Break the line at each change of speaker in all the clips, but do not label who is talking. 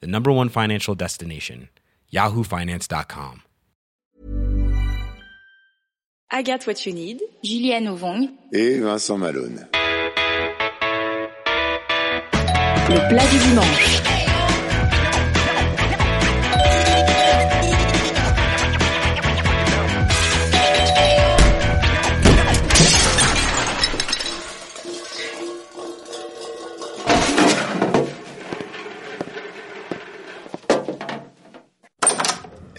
the number one financial destination, yahoofinance.com.
Agathe What You Need,
Julianne Ovong,
et Vincent Malone.
le plat du dimanche.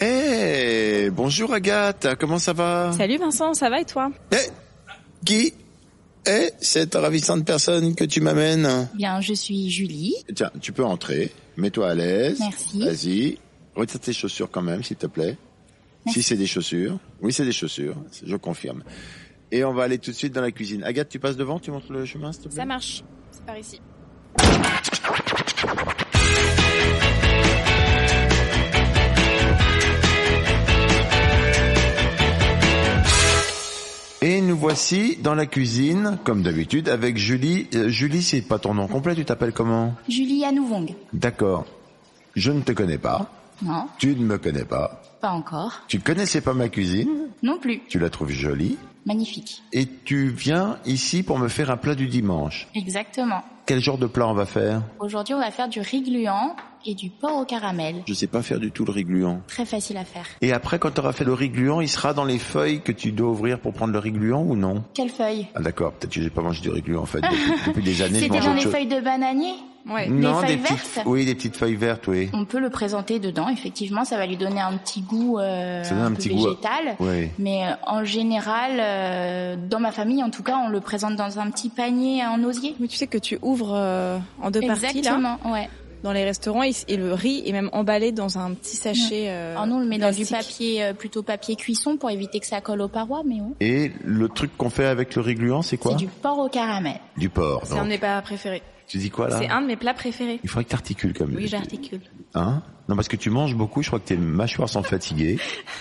Eh, bonjour Agathe, comment ça va
Salut Vincent, ça va et toi
Eh, qui est cette ravissante personne que tu m'amènes
bien je suis Julie.
Eh, Tiens, tu peux entrer, mets-toi à l'aise.
Merci.
Vas-y, retire tes chaussures quand même, s'il te plaît. Si c'est des chaussures. Oui, c'est des chaussures, je confirme. Et on va aller tout de suite dans la cuisine. Agathe, tu passes devant, tu montres le chemin, s'il te plaît
Ça marche, c'est par ici.
Et nous voici dans la cuisine, comme d'habitude, avec Julie. Euh, Julie, c'est pas ton nom complet, tu t'appelles comment
Julianne Ovong.
D'accord. Je ne te connais pas.
Non,
Tu ne me connais pas.
pas encore.
Tu connaissais pas ma cuisine,
Non plus.
tu la trouves jolie,
Magnifique.
et tu viens ici pour me faire un plat du dimanche.
Exactement.
Quel genre de plat on va faire
Aujourd'hui, on va faire du riz gluant et du porc au caramel.
Je sais pas faire du tout le riz gluant.
Très facile à faire.
Et après, quand tu auras fait le riz gluant, il sera dans les feuilles que tu dois ouvrir pour prendre le riz gluant ou non
Quelle feuille
Ah d'accord, peut-être que j'ai pas mangé du riz gluant en fait. Depuis, depuis des années, je
C'était
mange
dans
autre
les
chose.
feuilles de bananier
Ouais.
non,
les feuilles
des petites,
vertes
oui, des petites feuilles vertes, oui.
On peut le présenter dedans, effectivement, ça va lui donner un petit goût euh,
Ça donne un
peu
petit goût,
végétal.
Oui.
Mais euh, en général, euh, dans ma famille en tout cas, on le présente dans un petit panier en osier.
Mais tu sais que tu ouvres euh, en deux parties là,
Exactement, ouais.
dans les restaurants et, et le riz est même emballé dans un petit sachet. euh,
Alors nous, on le met dans du
plastique.
papier, euh, plutôt papier cuisson pour éviter que ça colle aux parois, mais oui.
Et le truc qu'on fait avec le riz gluant, c'est quoi
C'est du porc au caramel.
Du porc.
C'est un de
donc.
mes plats préférés.
Tu dis quoi là
C'est un de mes plats préférés.
Il faudrait que t'articules quand même.
Oui, j'articule.
Hein Non, parce que tu manges beaucoup, je crois que tes mâchoires sont fatiguées.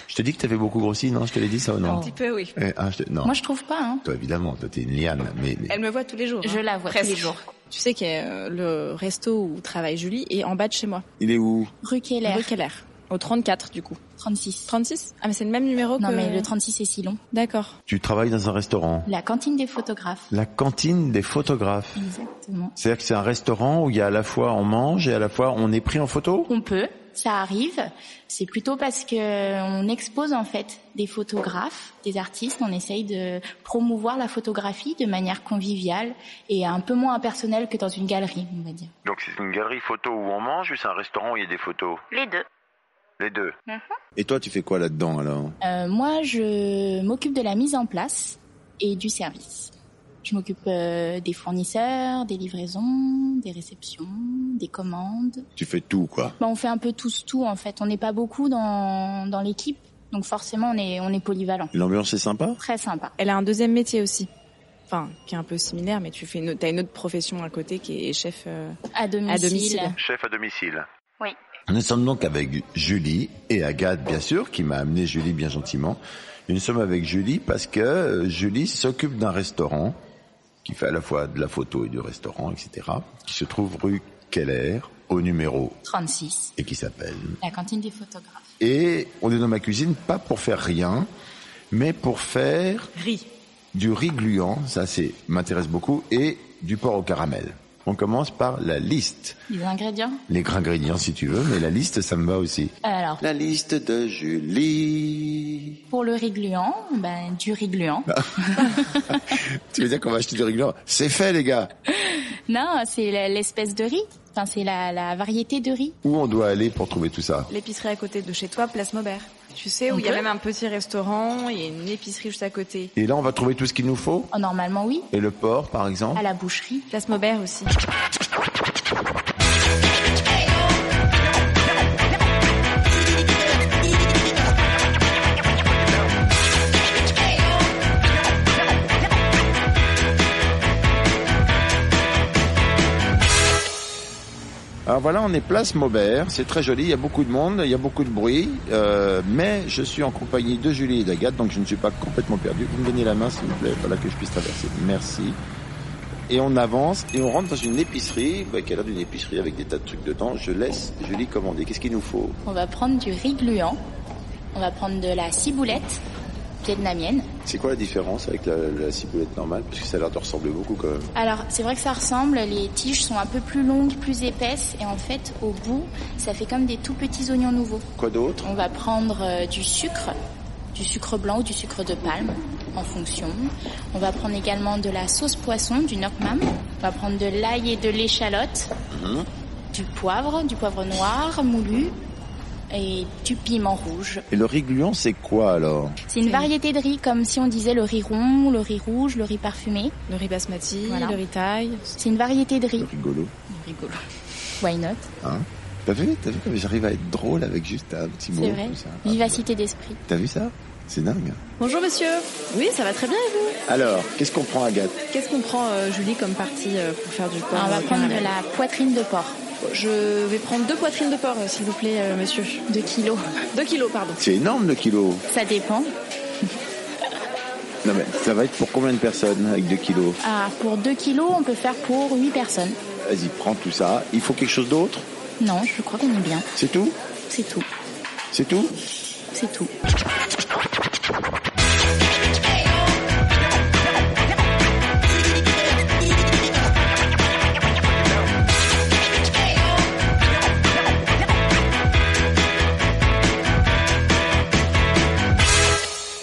Je te dis que t'avais beaucoup grossi, non Je te l'ai dit ça ou non
Oh.
Un petit peu, oui.
Eh, ah, je te- Non,
Moi, je trouve pas. Hein.
toi évidemment, toi t'es une liane, mais... mais-
Elle me voit tous les jours.
Je
hein.
la vois tous
Presque.
les jours.
Tu sais que euh, le resto où travaille Julie est en bas de chez moi.
Il est où
Rue Keller,
Rue Keller. Au 34 du coup.
36.
36 Ah mais c'est le même numéro
Non,
que...
mais le 36 est si long.
D'accord.
Tu travailles dans un restaurant.
La cantine des photographes.
La cantine des photographes.
Exactement.
C'est-à-dire que c'est un restaurant où il y a à la fois on mange et à la fois on est pris en photo
On peut, ça arrive. C'est plutôt parce que euh, on expose en fait des photographes, des artistes. On essaye de promouvoir la photographie de manière conviviale et un peu moins impersonnelle que dans une galerie, on va dire.
Donc c'est une galerie photo où on mange ou c'est un restaurant où il y a des photos
Les deux.
Les deux. Et toi tu fais quoi là-dedans alors
Euh, moi, je m'occupe de la mise en place et du service. Je m'occupe euh, des fournisseurs, des livraisons, des réceptions, des commandes.
Tu fais tout quoi
Bah, on fait un peu tous tout en fait. On n'est pas beaucoup dans, dans l'équipe, donc forcément on est, on est polyvalent.
Et L'ambiance est sympa
Très sympa.
Elle a un deuxième métier aussi. Enfin, qui est un peu similaire, mais tu fais une, t'as une autre profession à côté qui est chef. euh,
À domicile.
À domicile.
Chef à domicile.
Oui.
Nous sommes donc avec Julie et Agathe, bien sûr, qui m'a amené Julie bien gentiment. Et nous sommes avec Julie parce que euh, Julie s'occupe d'un restaurant qui fait à la fois de la photo et du restaurant, etc., qui se trouve rue Keller, au numéro,
36.
et qui s'appelle.
La cantine des photographes.
Et on est dans ma cuisine, pas pour faire rien, mais pour faire
Riz.
du riz gluant, ça c'est m'intéresse beaucoup, et du porc au caramel. On commence par la liste.
Les ingrédients
Les ingrédients si tu veux, mais la liste ça me va aussi.
Alors,
La liste de Julie.
pour le riz gluant, ben, du riz gluant.
Ah.
Tu veux dire qu'on va acheter du riz gluant C'est fait, les gars.
Non, c'est la- l'espèce de riz. Enfin, c'est la, la variété de riz.
Où on doit aller pour trouver tout ça
L'épicerie à côté de chez toi, Place Maubert. Tu sais, où
On
il y a
peut
même un petit restaurant, il y a une épicerie juste à côté.
Et là, on va trouver tout ce qu'il nous faut.
Oh, normalement, oui.
Et le porc, par exemple.
À la boucherie.
Place Maubert aussi.
voilà, on est place Maubert. C'est très joli. Il y a beaucoup de monde, il y a beaucoup de bruit. Euh, mais je suis en compagnie de Julie et d'Agathe, donc je ne suis pas complètement perdu. Vous me donnez la main, s'il vous plaît, voilà que je puisse traverser. Merci. Et on avance et on rentre dans une épicerie, bah, qui a l'air d'une épicerie avec des tas de trucs dedans. Je laisse Julie commander. Qu'est-ce qu'il nous faut
On va prendre du riz gluant. On va prendre de la ciboulette vietnamienne.
C'est quoi la différence avec la, la ciboulette normale Parce que ça a l'air de ressembler beaucoup quand même.
Alors, c'est vrai que ça ressemble, les tiges sont un peu plus longues, plus épaisses, et en fait, au bout, ça fait comme des tout petits oignons nouveaux.
Quoi d'autre
On va prendre euh, du sucre, du sucre blanc ou du sucre de palme, en fonction. On va prendre également de la sauce poisson, du nokmam. On va prendre de l'ail et de l'échalote, du poivre, du poivre noir, moulu, et du piment rouge.
Et le riz gluant, c'est quoi alors
C'est une
C'est-
variété de riz, comme si on disait le riz rond, le riz rouge, le riz parfumé.
Le riz basmati,
Voilà.
le riz thaï, c'est
C'est une variété de riz.
rigolo.
rigolo.
Why not
Hein T'as vu, t'as vu comme j'arrive à être drôle avec juste un petit mot.
C'est vrai.
comme ça.
Vivacité d'esprit.
T'as vu ça C'est dingue.
Bonjour monsieur. Oui, ça va très bien et vous
Alors, qu'est-ce qu'on prend, Agathe
Qu'est-ce qu'on prend euh, Julie comme partie euh, pour faire du porc
Alors, on va
euh,
prendre de
caramel
la poitrine de porc.
Je vais prendre deux poitrines de porc euh, s'il vous plaît euh, monsieur.
2 kilos.
Deux kilos pardon.
C'est énorme le kilo.
Ça dépend.
Non mais ça va être pour combien de personnes avec 2 kilos
Alors, Ah, pour 2 kilos, on peut faire pour 8 personnes.
Vas-y, prends tout ça. Il faut quelque chose d'autre
Non, je crois qu'on est bien.
C'est tout
C'est tout.
C'est tout
C'est tout.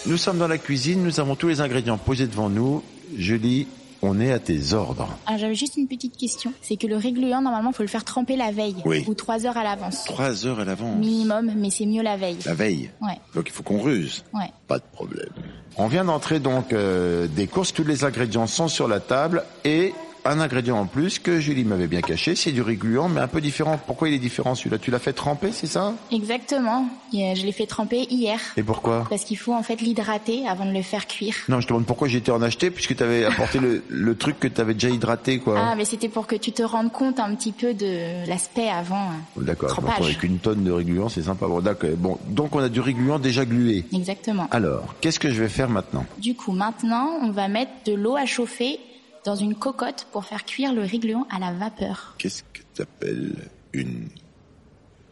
Nous sommes dans la cuisine, nous avons tous les ingrédients posés devant nous. Je lis, on est à tes ordres.
Alors, Ah, j'avais juste une petite question. C'est que le riz gluant, normalement, faut le faire tremper la veille.
Oui.
Ou 3 heures à l'avance.
3 heures à l'avance.
Minimum, mais c'est mieux la veille.
La veille.
Ouais,
Donc il faut qu'on ruse.
ouais.
Pas de problème. On vient d'entrer donc euh, des courses, tous les ingrédients sont sur la table et un ingrédient en plus que Julie m'avait bien caché, c'est du riz gluant mais un peu différent. Pourquoi il est différent celui-là Tu l'as fait tremper, c'est ça
Exactement. Et, euh, Je l'ai fait tremper hier.
Et pourquoi
Parce qu'il faut en fait l'hydrater avant de le faire cuire.
Non, je te demande pourquoi j'étais en acheté puisque tu avais apporté le, le truc que tu avais déjà hydraté quoi.
Ah, mais c'était pour que tu te rendes compte un petit peu de l'aspect avant. euh,
Bon, D'accord, je
trempage.
m'entends avec une tonne de riz gluant, c'est sympa. Bon, d'accord. Bon, donc on a du riz gluant déjà glué.
Exactement.
Alors, qu'est-ce que je vais faire maintenant
Du coup, maintenant, on va mettre de l'eau à chauffer dans une cocotte pour faire cuire le riz gluant à la vapeur.
Qu'est-ce que t'appelles une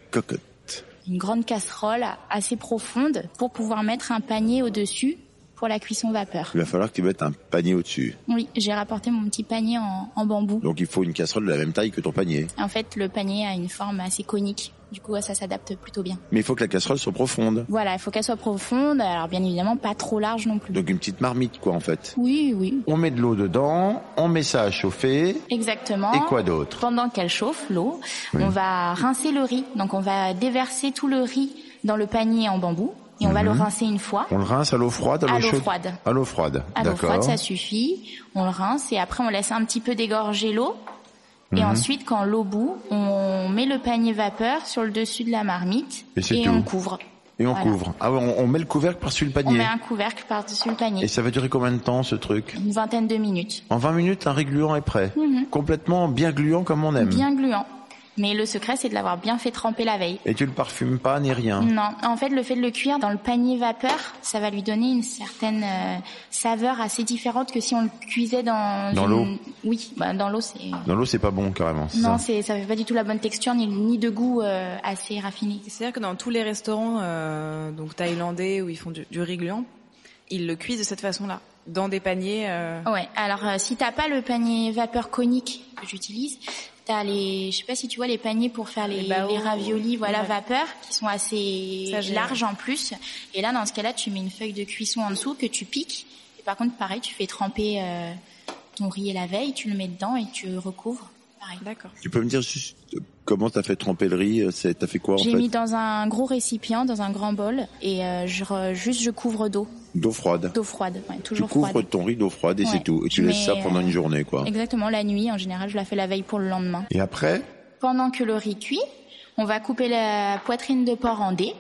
cocotte
Une grande casserole assez profonde pour pouvoir mettre un panier au-dessus pour la cuisson vapeur.
Il va falloir que tu mettes un panier au-dessus.
Oui, j'ai rapporté mon petit panier en, en bambou.
Donc il faut une casserole de la même taille que ton panier.
En fait, le panier a une forme assez conique. Du coup, ça s'adapte plutôt bien.
Mais il faut que la casserole soit profonde.
Voilà, il faut qu'elle soit profonde. Alors, bien évidemment, pas trop large non plus.
Donc une petite marmite, quoi, en fait.
Oui, oui.
On met de l'eau dedans, on met ça à chauffer.
Exactement.
Et quoi d'autre
Pendant qu'elle chauffe, l'eau, on va rincer le riz. Donc on va déverser tout le riz dans le panier en bambou et on va le rincer une fois.
Mhm. On le rince à l'eau froide, à
À
l'eau
l'eau
chaude
froide.
À l'eau froide,
À l'eau
d'accord.
froide, ça suffit. On le rince et après on laisse un petit peu dégorger l'eau. Et
Mhm.
ensuite, quand l'eau bout, on met le panier vapeur sur le dessus de la marmite
Et c'est tout.
on couvre.
Et on
Voilà.
couvre. Ah ouais, on, on met le couvercle par-dessus le
On
panier.
met un couvercle par-dessus le
Et
panier.
ça va durer combien de temps, ce truc
Une vingtaine de minutes.
En 20 minutes, un riz gluant est prêt. Complètement bien gluant comme on aime.
Mhm. Bien gluant. Mais le secret, c'est de l'avoir bien fait tremper la veille.
Et tu le parfumes pas ni rien.
Non, en fait, le fait de le cuire dans le panier vapeur, ça va lui donner une certaine euh, saveur assez différente que si on le cuisait dans
Dans
une-
l'eau.
Oui, bah, dans l'eau, c'est
Dans l'eau, c'est pas bon carrément. c'est
non,
ça
c'est ça fait pas du tout la bonne texture ni, ni de goût euh, assez raffiné.
C'est-à-dire que dans tous les restaurants euh, donc thaïlandais où ils font du, du riz gluant, ils le cuisent de cette façon-là, dans des paniers. euh,
Ouais. Alors, euh, si t'as pas le panier vapeur conique que j'utilise, t'as les, je sais pas si tu vois les paniers pour faire les,
Les baos.
les raviolis, voilà
Ouais.
vapeur, qui sont assez
Ça, j'ai-
larges en plus. Et là, dans ce cas-là, tu mets une feuille de cuisson en dessous que tu piques. Et par contre, pareil, tu fais tremper euh, ton riz et la veille, tu le mets dedans et tu recouvres. Pareil.
D'accord.
Tu peux me dire juste euh, comment t'as fait tremper le riz euh, c'est- T'as fait quoi en
J'ai
fait
mis dans un gros récipient, dans un grand bol, et euh, je re- juste je couvre d'eau,
D'eau froide.
d'eau froide, ouais,
Tu
toujours
couvres hein.
froide.
ton riz d'eau froide et
Ouais.
c'est tout. Et tu
Je
laisses ça
mets,
pendant
euh,
une journée, quoi.
Exactement la nuit, en général, je la fais la veille pour le lendemain.
Et après
Pendant que le riz cuit, on va couper la poitrine de porc en dés.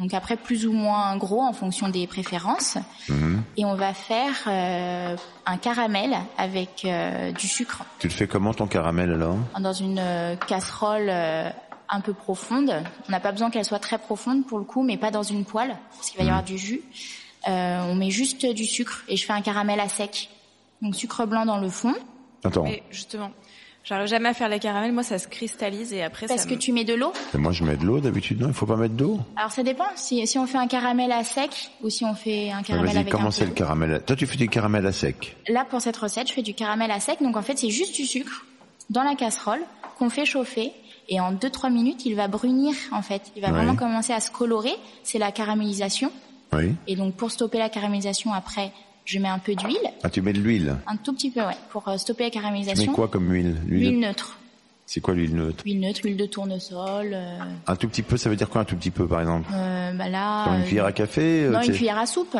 Donc après, plus ou moins gros en fonction des préférences.
Mhm.
Et on va faire euh, un caramel avec euh, du sucre
Tu le fais comment ton caramel alors
dans une euh, casserole euh, un peu profonde. On n'a pas besoin qu'elle soit très profonde pour le coup, mais pas dans une poêle, parce qu'il va y avoir du jus. Euh, on met juste du sucre et je fais un caramel à sec. Donc sucre blanc dans le fond,
Attends,
Mais justement, j'arrive jamais à faire la caramel. Moi, ça se cristallise et après,
parce
ça
que
me-
tu mets de l'eau.
mais moi je mets de l'eau d'habitude, non Il faut pas mettre d'eau
Alors ça dépend, si, si on fait un caramel à sec ou si on fait un
Mais
caramel
Vas-y,
avec un
comment c'est
peu
le caramel à- Toi tu fais du caramel à sec.
Là, pour cette recette, je fais du caramel à sec. Donc, en fait, c'est juste du sucre dans la casserole qu'on fait chauffer. Et en 2-3 minutes, il va brunir, en fait. Il va
Ouais.
vraiment commencer à se colorer. C'est la caramélisation.
Oui.
Et donc, pour stopper la caramélisation, après, je mets un peu d'huile.
Ah tu mets de l'huile.
Un tout petit peu, ouais. Pour euh, stopper la
Tu mets
caramélisation,
quoi comme huile
l'huile
L'huile.
neutre.
C'est quoi l'huile neutre
Huile neutre, huile de tournesol. Euh,
Un tout petit peu, ça veut dire quoi un tout petit peu par exemple
euh, bah là,
Dans une
euh,
cuillère à café euh,
dans une
tu sais,
cuillère à soupe.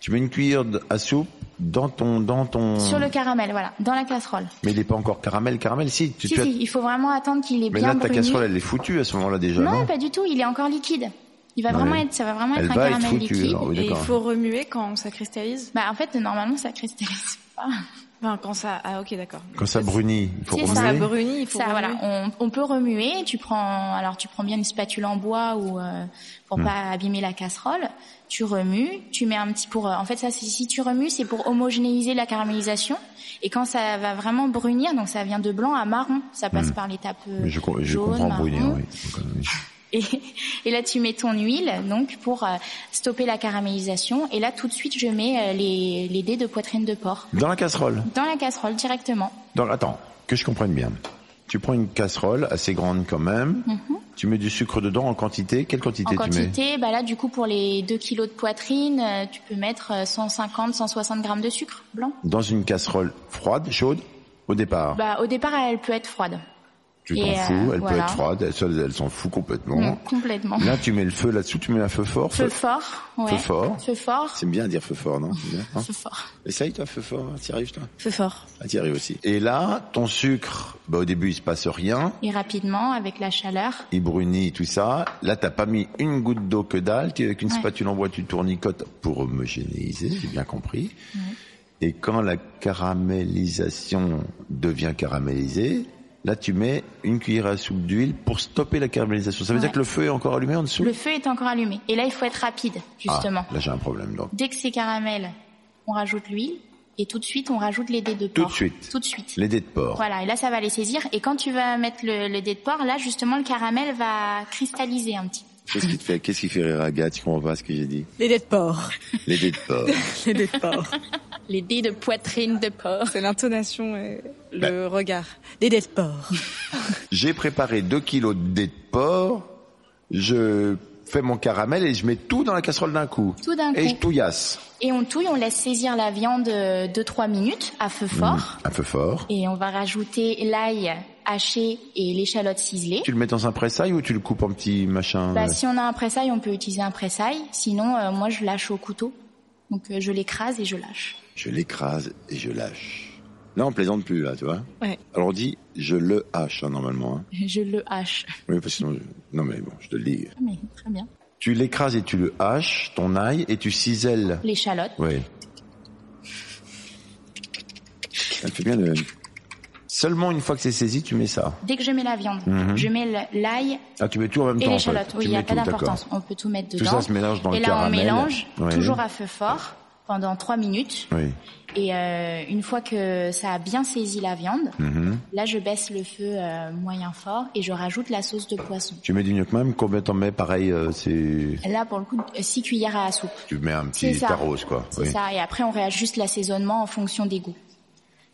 Tu mets une cuillère d- à soupe dans ton dans ton.
Sur le caramel, voilà. Dans la casserole.
Mais il n'est pas encore caramel caramel si. Tu,
Si,
tu as-
si, il faut vraiment attendre qu'il ait
Mais
bien
là ta
bruni.
casserole elle est foutue à ce moment-là déjà.
Non,
Non,
pas du tout. Il est encore liquide. Il va vraiment
Ouais.
être, ça va vraiment
Elle
être un
va être
caramel
foutue,
liquide.
alors, oui.
Et il
d'accord.
faut remuer quand ça cristallise.
Bah, en fait, normalement, ça cristallise pas.
Enfin, quand ça. Ah, ok, d'accord.
Comme ça brunit. Il faut
Si,
Quand
remuer.
ça brunit, il faut
Ça,
remuer.
voilà, on, on peut remuer. Tu prends, alors, tu prends bien une spatule en bois ou euh, pour
Hmm.
pas abîmer la casserole. Tu remues. Tu mets un petit pour. euh, en fait, ça, c'est- si tu remues, c'est pour homogénéiser la caramélisation. Et quand ça va vraiment brunir, donc ça vient de blanc à marron, ça passe par l'étape euh,
Hmm. Mais je, co- je
jaune,
comprends
marron.
brunir. Oui. Donc, euh,
Et, et là, tu mets ton huile donc pour euh, stopper la caramélisation. Et là, tout de suite, je mets euh, les, les dés de poitrine de porc
Dans la casserole.
dans la casserole directement.
Donc attends, que je comprenne bien. Tu prends une casserole assez grande quand même. Tu mets du sucre dedans en quantité. Quelle quantité
Mhm. En
tu mets
quantité, bah là, du coup, pour les 2 kilos de poitrine, euh, tu peux mettre euh, 150, 160 grammes de sucre blanc.
Dans une casserole froide, chaude au départ.
Bah, au départ, elle peut être froide.
tu
et,
t'en
euh,
fous, elle peut
voilà.
être froide, elle, seule, elle s'en fout
Mm,
complètement.
complètement.
Là, tu mets le feu là-dessous, tu mets un feu fort.
Feu fort, ouais.
Feu fort.
Feu fort.
C'est bien dire feu fort, non C'est bien, hein
Feu fort.
Essaye toi, feu fort, hein, t'y arrives toi
Feu fort.
Ah, T'y arrives aussi. Et là, ton sucre, bah, au début il se passe rien,
Et rapidement, avec la chaleur.
il brunit tout ça. Là, t'as pas mis une goutte d'eau que dalle. Tu avec une
Ouais.
spatule en bois, tu tournicotes pour homogénéiser. J'ai bien compris. Et quand la caramélisation devient caramélisée, là, tu mets une cuillère à soupe d'huile pour stopper la caramélisation. Ça veut
Ouais.
dire que le feu est encore allumé en dessous.
Le feu est encore allumé. Et là, il faut être rapide,
Ah,
justement.
là, j'ai un problème. Donc,
Dès que c'est caramel, on rajoute l'huile et tout de suite on rajoute les dés de
Tout de
porc.
suite.
Tout de suite.
les dés de porc.
Voilà, et là ça va les saisir. Et quand tu vas mettre le, le dé de porc, là justement le caramel va cristalliser un petit. peu.
Qu'est-ce qui te fait, qu'est-ce qui fait rire Agathe Tu comprends pas ce que j'ai dit
Les dés de porc.
Les dés de porc.
Les dés de porc.
Les dés de poitrine de porc.
C'est l'intonation et
Bah.
le regard. Les dés de porc.
J'ai préparé 2 kilos de dés de porc. Je fais mon caramel et je mets tout dans la casserole d'un coup.
Tout d'un
Et je
coup.
touillasse.
Et on touille, on laisse saisir la viande 2-3 minutes à
Mm.
feu fort.
Un peu fort.
Et on va rajouter l'ail haché et l'échalote ciselée.
Tu le mets dans un pressail ou tu le coupes en petits machins
Bah,
euh,
si on a un pressail, on peut utiliser un pressail. Sinon, euh, moi je lâche au couteau. Donc euh, je l'écrase et je lâche.
Je l'écrase et je lâche. Là, on plaisante plus, là, tu vois
Ouais.
Alors, on dit je le hache, hein, normalement. hein.
Je le hache.
Oui, parce que sinon, je- non, mais bon, je te le dis.
Ah, Mais très bien.
Tu l'écrases et tu le haches, ton ail, et tu cisèles.
L'échalote.
Oui. Elle fait bien le... Seulement une fois que c'est saisi, tu mets ça.
Dès que je mets la viande,
Mhm.
je mets le- l'ail
Ah, tu mets tout en même
et
temps. en
l'échalote.
fait.
Oui,
Tu
il n'y a
mets
pas
tout, d'accord.
d'importance. On peut tout mettre
Tout
dedans.
ça se mélange dans
et
le
là,
caramel.
on mélange
Oui.
toujours à feu fort pendant 3 minutes.
Oui.
Et euh, une fois que ça a bien saisi la viande,
Mhm.
là, je baisse le feu euh, moyen fort et je rajoute la sauce de poisson.
Tu mets du gnocchi même, combien t'en mets Pareil, euh, c'est...
Là, pour le coup, 6 cuillères à soupe.
Tu mets un
C'est
petit
ça.
tarose, quoi.
C'est
Ah, oui.
ça. Et après, on réajuste l'assaisonnement en fonction des goûts.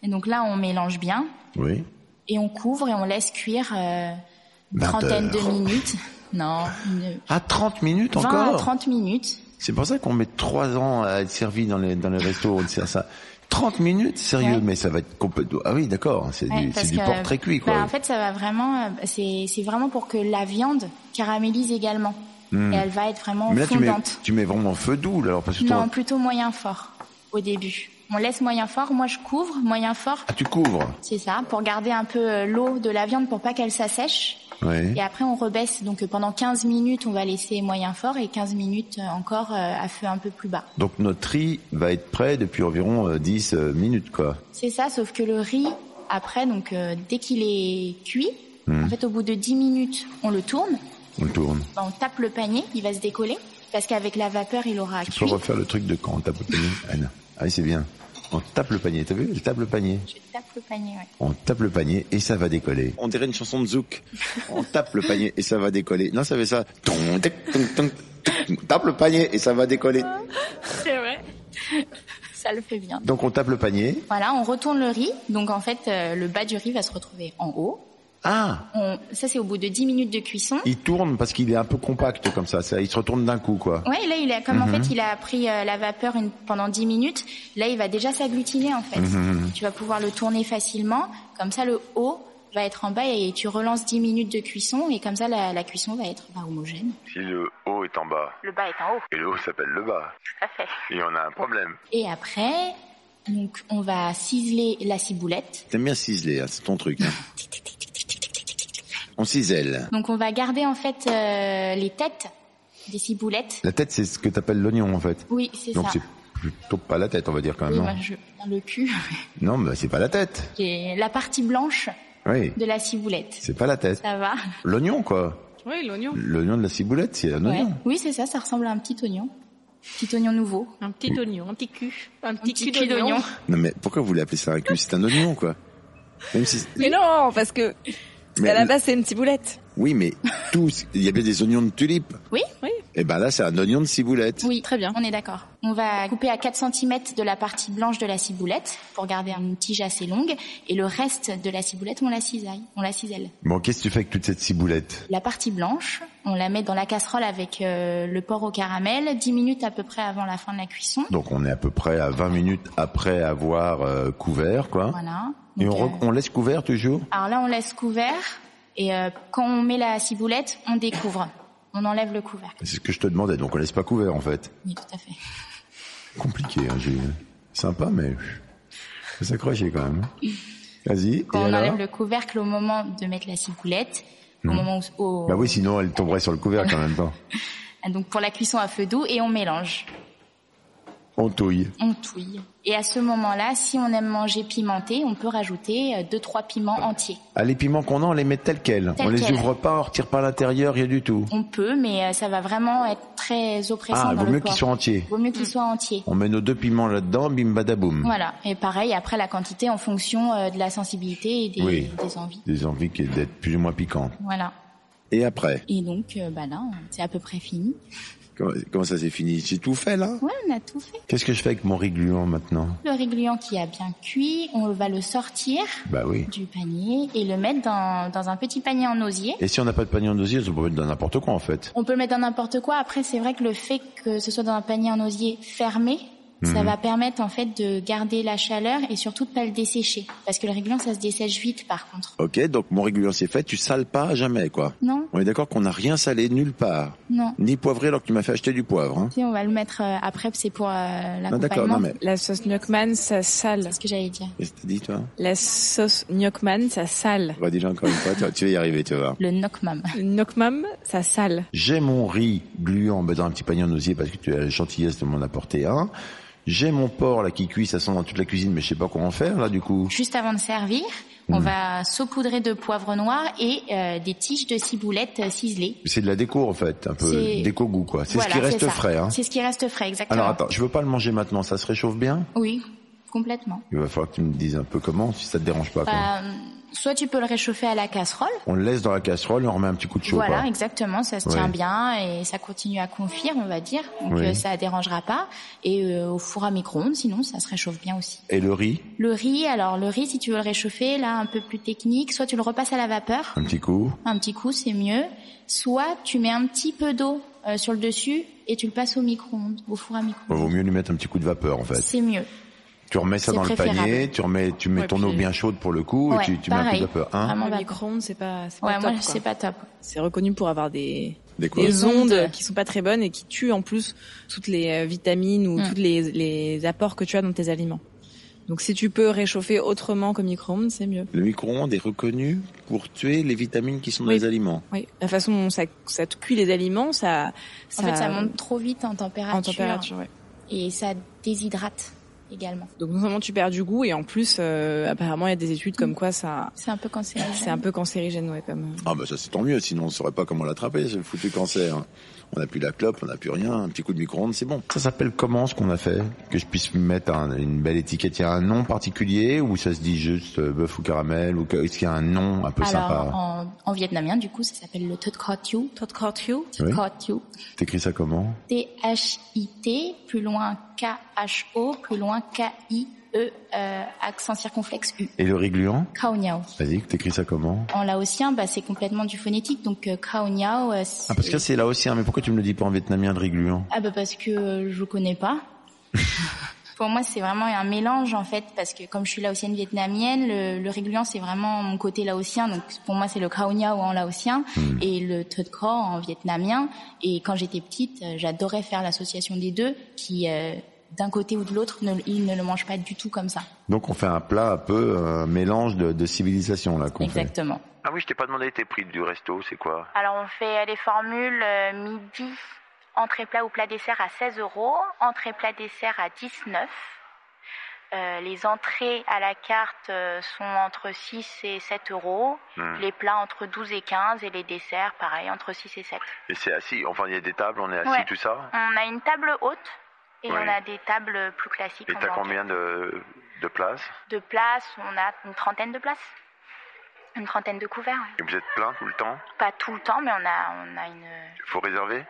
Et donc là, on mélange bien
Oui.
et on couvre et on laisse cuire euh, une
20
trentaine de
heures.
minutes. Non, une
À 30 Ah, minutes
20 à
encore
30 minutes.
C'est pour ça qu'on met 3 ans à être servi dans les, dans les restos. on sert ça. 30 minutes Sérieux,
Ouais.
mais ça va être complètement... Ah oui, d'accord, c'est
Ouais,
du,
parce
c'est du
que,
porc très cuit, quoi.
bah, en fait, ça va vraiment, euh, c'est c'est vraiment pour que la viande caramélise également. Et elle va être vraiment
Hmm. mais là, tu mets,
fondante.
tu mets vraiment feu doux, là, alors, parce que toi...
Non, plutôt moyen fort au début. On laisse moyen fort. Moi, je couvre moyen fort.
Ah, tu couvres
C'est ça, pour garder un peu euh, l'eau de la viande pour pas qu'elle s'assèche.
Oui.
Et après, on rebaisse. Donc euh, pendant 15 minutes, on va laisser moyen fort et 15 minutes euh, encore euh, à feu un peu plus bas.
Donc notre riz va être prêt depuis environ euh, 10 euh, minutes, quoi.
C'est ça, sauf que le riz, après, donc euh, dès qu'il est cuit,
Hmm.
en fait, au bout de 10 minutes, on le tourne,
On tourne.
Ben, on tape le panier, il va se décoller, parce qu'avec la vapeur, il aura
Tu peux
cuit.
refaire le truc de quand on tape le panier, Anne. Ah oui, c'est bien. On tape le panier, t'as vu Elle tape le panier.
Je tape le panier, ouais.
On tape le panier et ça va décoller. On dirait une chanson de Zouk. On tape le panier et ça va décoller. Non, ça fait ça. Ton, tac, ton, ton, ton. Tape le panier et ça va décoller.
C'est vrai. ça le fait bien.
Donc on tape le panier.
Voilà, on retourne le riz. Donc en fait, euh, le bas du riz va se retrouver en haut.
Ah
On- Ça, c'est au bout de 10 minutes de cuisson.
Il tourne parce qu'il est un peu compact comme ça. ça il se retourne d'un coup, quoi.
Ouais, et là, il a, comme en
Mhm.
fait, il a pris euh, la vapeur une- pendant 10 minutes. Là, il va déjà s'agglutiner, en fait.
Mhm.
Tu vas pouvoir le tourner facilement. Comme ça, le haut va être en bas et tu relances 10 minutes de cuisson. Et comme ça, la, la cuisson va être bah, homogène.
Si le haut est en bas
Le bas est en haut.
et le haut s'appelle le bas, et on a un problème.
Et après, donc, on va ciseler la ciboulette.
T'aimes bien ciseler, hein, c'est ton truc. hein. On cisèle.
Donc, on va garder, en fait, euh, les têtes des ciboulettes.
La tête, c'est ce que t'appelles l'oignon, en fait.
Oui, c'est
Donc
ça.
c'est plutôt pas la tête, on va dire quand
Oui,
même.
moi,
non,
je- le cul,
non mais c'est pas la tête.
qui est la partie blanche
Oui,
de la ciboulette.
c'est pas la tête.
Ça va
L'oignon, quoi.
Oui, l'oignon.
L'oignon de la ciboulette, c'est un
Ouais.
oignon.
Oui, c'est ça, ça ressemble à un petit oignon. Petit oignon nouveau.
Un petit oignon, un petit cul. Un
Un petit cul d'oignon.
Non mais pourquoi vous voulez appeler ça un cul C'est un oignon, quoi. Même si.
Mais non, parce que
mais-
à la base c'est une ciboulette.
oui, mais tous, il y avait des oignons de tulipe.
Oui,
oui.
Et ben là, c'est un oignon de ciboulette.
Oui,
Très bien.
On est d'accord. On va couper à 4 cm de la partie blanche de la ciboulette pour garder une tige assez longue et le reste de la ciboulette, on la cisaille, on la cisèle.
Bon, qu'est-ce que tu fais avec toute cette ciboulette
La partie blanche, on la met dans la casserole avec euh, le porc au caramel 10 minutes à peu près avant la fin de la cuisson.
Donc on est à peu près à 20 minutes après avoir euh, couvert, quoi.
Voilà.
Et on,
Donc, euh,
re- on laisse couvert toujours
Alors là, on laisse couvert et euh, quand on met la ciboulette, on découvre. On enlève le couvercle.
C'est ce que je te demandais, donc on laisse pas couvert en fait.
Oui, tout à fait.
Compliqué, hein, j'ai... Sympa, mais... Faut s'accrocher quand même. hein. Vas-y,
Quand
et
on
alors
enlève le couvercle au moment de mettre la ciboulette, au moment où, au- Ah,
Bah oui, sinon elle tomberait sur le couvercle en même temps.
donc pour la cuisson à feu doux et on mélange,
On touille.
on touille. Et à ce moment-là, si on aime manger pimenté, on peut rajouter euh, deux trois piments entiers.
Ah, les piments qu'on a, on les met tels quels.
Tels
on les
quels.
ouvre pas, on retire pas à l'intérieur, rien du tout.
On peut, mais euh, ça va vraiment être très oppressant
Ah, il
dans
vaut
le
mieux
corps.
qu'ils soient entiers.
Vaut mieux qu'ils soient entiers.
On met nos deux piments là-dedans, bim badaboum.
Voilà. Et pareil, après la quantité en fonction euh, de la sensibilité et des,
Oui.
des envies.
Des envies qui- d'être plus ou moins piquantes.
Voilà.
Et après
Et donc, euh, bah là, c'est à peu près fini.
Comment, comment ça s'est fini J'ai tout fait là
Ouais, on a tout fait.
Qu'est-ce que je fais avec mon riz gluant maintenant
Le riz gluant qui a bien cuit, on va le sortir
Bah oui.
du panier et le mettre dans, dans un petit panier en osier.
Et si on n'a pas de panier en osier, on peut mettre dans n'importe quoi en fait.
On peut le mettre dans n'importe quoi. Après, c'est vrai que le fait que ce soit dans un panier en osier fermé,
Mhm.
ça va permettre en fait de garder la chaleur et surtout de pas le dessécher. Parce que le riz gluant, ça se dessèche vite par contre.
Ok, donc mon riz gluant c'est fait, tu sales pas jamais quoi.
Non,
On est d'accord qu'on n'a rien salé nulle part.
non.
Ni poivré alors que tu m'as fait acheter du poivre. Hein.
Si, on va le mettre euh, après, c'est pour euh,
Non, Ah, d'accord,
l'accompagnement.
non mais.
La sauce gnocchman ça sale.
C'est ce que j'allais dire.
Qu'est-ce que t'as dit toi
La sauce gnocchman ça sale.
Redis-le encore une fois, tu vas- tu vas y arriver, tu vas. voir.
Le knockmam.
Le gnocchmam ça sale.
J'ai mon riz gluant bah, dans un petit panier en osier parce que tu as la gentillesse de m'en apporter un. J'ai mon porc là qui cuit, ça sent dans toute la cuisine, mais je sais pas comment faire là du coup.
Juste avant de servir,
Mhm.
on va saupoudrer de poivre noir et euh, des tiges de ciboulette euh, ciselées.
C'est de la déco en fait, un peu
C'est-
déco goût quoi. C'est
Voilà,
ce qui reste
ça.
frais. Hein.
C'est ce qui reste frais, exactement.
Alors attends, je veux pas le manger maintenant, ça se réchauffe bien
Oui, complètement.
Il va falloir que tu me dises un peu comment, si ça te dérange pas. quoi.
Euh, soit tu peux le réchauffer à la casserole.
On le laisse dans la casserole et on remet un petit coup de chaud.
voilà,
quoi.
exactement, ça se
Ouais.
tient bien et ça continue à confire, on va dire. Donc
Oui.
euh, ça dérangera pas. Et euh, au four à micro-ondes, sinon ça se réchauffe bien aussi.
Et le riz,
Le riz, alors le riz, si tu veux le réchauffer, là un peu plus technique, soit tu le repasses à la vapeur,
un petit coup.
un petit coup, c'est mieux. Soit tu mets un petit peu d'eau euh, sur le dessus et tu le passes au micro-ondes, au four à micro-ondes.
Vaut mieux lui mettre un petit coup de vapeur en fait.
C'est mieux.
Tu remets ça
C'est
dans le
préférable.
panier, tu remets, tu mets
Ouais,
ton eau
puis-
bien chaude pour le coup, et
Ouais,
tu, tu mets un coup de
pareil. Ah.
vapeur. Hein
Vraiment
Le
pas
micro-ondes c'est pas c'est
bah. Ouais,
pas
moi
top. quoi.
c'est pas top.
C'est reconnu pour avoir des
Des quoi
des
Les
ondes
ondes.
qui sont pas très bonnes et qui tuent en plus toutes les euh, vitamines ou
Mm.
toutes les, les apports que tu as dans tes aliments. Donc si tu peux réchauffer autrement que micro-ondes, c'est mieux.
Le micro-ondes est reconnu pour tuer les vitamines qui sont dans
Oui.
les aliments.
Oui. La façon dont ça, ça te cuit les aliments, ça,
En fait, ça monte trop vite en température,
en température. ouais.
et ça déshydrate également.
Donc non seulement tu perds du goût et en plus, euh, apparemment, il y a des études
Mm.
comme quoi ça,
C'est un peu cancérigène.
Ah, c'est un peu cancérigène, ouais, comme. euh.
Ah bah ça c'est tant mieux, sinon on ne saurait pas comment l'attraper, c'est le foutu cancer. On n'a plus la clope, on n'a plus rien, un petit coup de micro-ondes, c'est bon. Ça s'appelle comment ce qu'on a fait Que je puisse mettre un- une belle étiquette, il y a un nom particulier ou ça se dit juste euh, bœuf ou caramel ou que- est-ce qu'il y a un nom un peu
Alors,
sympa
en, en vietnamien, du coup, ça s'appelle le tot khot you.
Tot caught you.
Oui.
Khot you.
T'écris ça comment
T-H-I-T, plus loin K-H-O, plus loin K-I-E, euh, accent circonflexe U.
Et le régluant
Khao Niao.
Vas-y, t'écris ça comment
En laotien, bah, c'est complètement du phonétique, donc euh, Khao Niao, euh, c'est-
Ah parce que c'est là aussi, mais pourquoi tu me le dis pas en vietnamien le régluant
Ah bah parce que euh, je connais pas. Pour moi, c'est vraiment un mélange en fait, parce que comme je suis laotienne vietnamienne, le, le régluant c'est vraiment mon côté laotien. Donc pour moi, c'est le khao niao en laotien et le thot kho en vietnamien. Et quand j'étais petite, euh, j'adorais faire l'association des deux, qui euh, d'un côté ou de l'autre, ne, ils ne le mangent pas du tout comme ça.
Donc on fait un plat un peu euh, un mélange de, de civilisation là qu'on fait.
Exactement.
Ah oui, je t'ai pas demandé tes prix du resto, c'est quoi
Alors on fait les formules euh, midi, entrée plat ou plat dessert à 16 euros, entrée plat dessert à 19. Euh, les entrées à la carte euh, sont entre 6 et 7 euros,
Hmm.
les plats entre 12 et 15 et les desserts pareil entre 6 et 7.
Et c'est assis, enfin il y a des tables, on est
assis, Ouais.
tout ça
On a une table haute et
Oui.
on a des tables plus classiques.
Et
en
t'as
banquette.
combien de, de places
de places On a une trentaine de places, une trentaine de couverts. ouais.
Et vous êtes plein tout le temps
Pas tout le temps, mais on a, on a une...
Faut réserver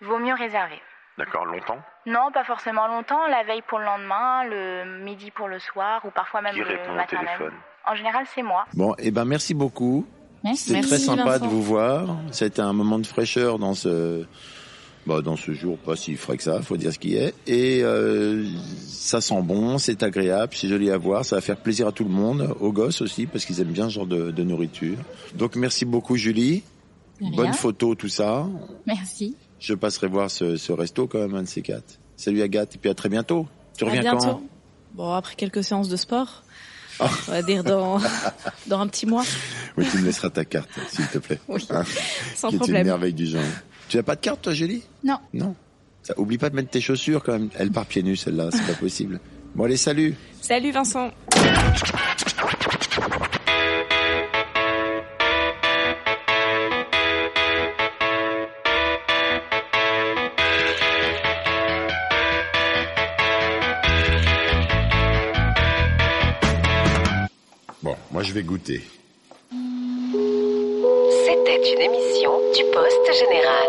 Vaut mieux réserver.
D'accord, longtemps
Non, pas forcément longtemps. La veille pour le lendemain, le midi pour le soir, ou parfois même Bah, le matin même. En général, c'est moi.
Bon, eh ben merci beaucoup. C'était
Merci,
très sympa
Vincent.
de vous voir. C'était un moment de fraîcheur dans ce bah, dans ce jour pas si frais que ça, faut dire ce qui est. Et euh, ça sent bon, c'est agréable, c'est joli à voir, ça va faire plaisir à tout le monde, aux gosses aussi, parce qu'ils aiment bien ce genre de, de nourriture. Donc merci beaucoup Julie.
Rien.
Bonne photo, tout ça.
Merci.
Je passerai voir ce, ce resto quand même, un de ces quatre. Salut Agathe, et puis à très bientôt. Tu reviens
à bientôt.
quand Ah.
Bon, après quelques séances de sport, on va dire dans dans un petit mois,
Oui, tu me laisseras ta carte, s'il te plaît.
Oui,
Hein
sans
qui est une
problème.
merveille du genre. Tu n'as pas de carte, toi, Julie
Non.
Non. Ça, oublie pas de mettre tes chaussures quand même. Elle part pieds nus, celle-là, c'est pas possible. Bon, allez, salut
Salut Vincent.
Bon, moi, je vais goûter.
C'était une émission du Poste Général.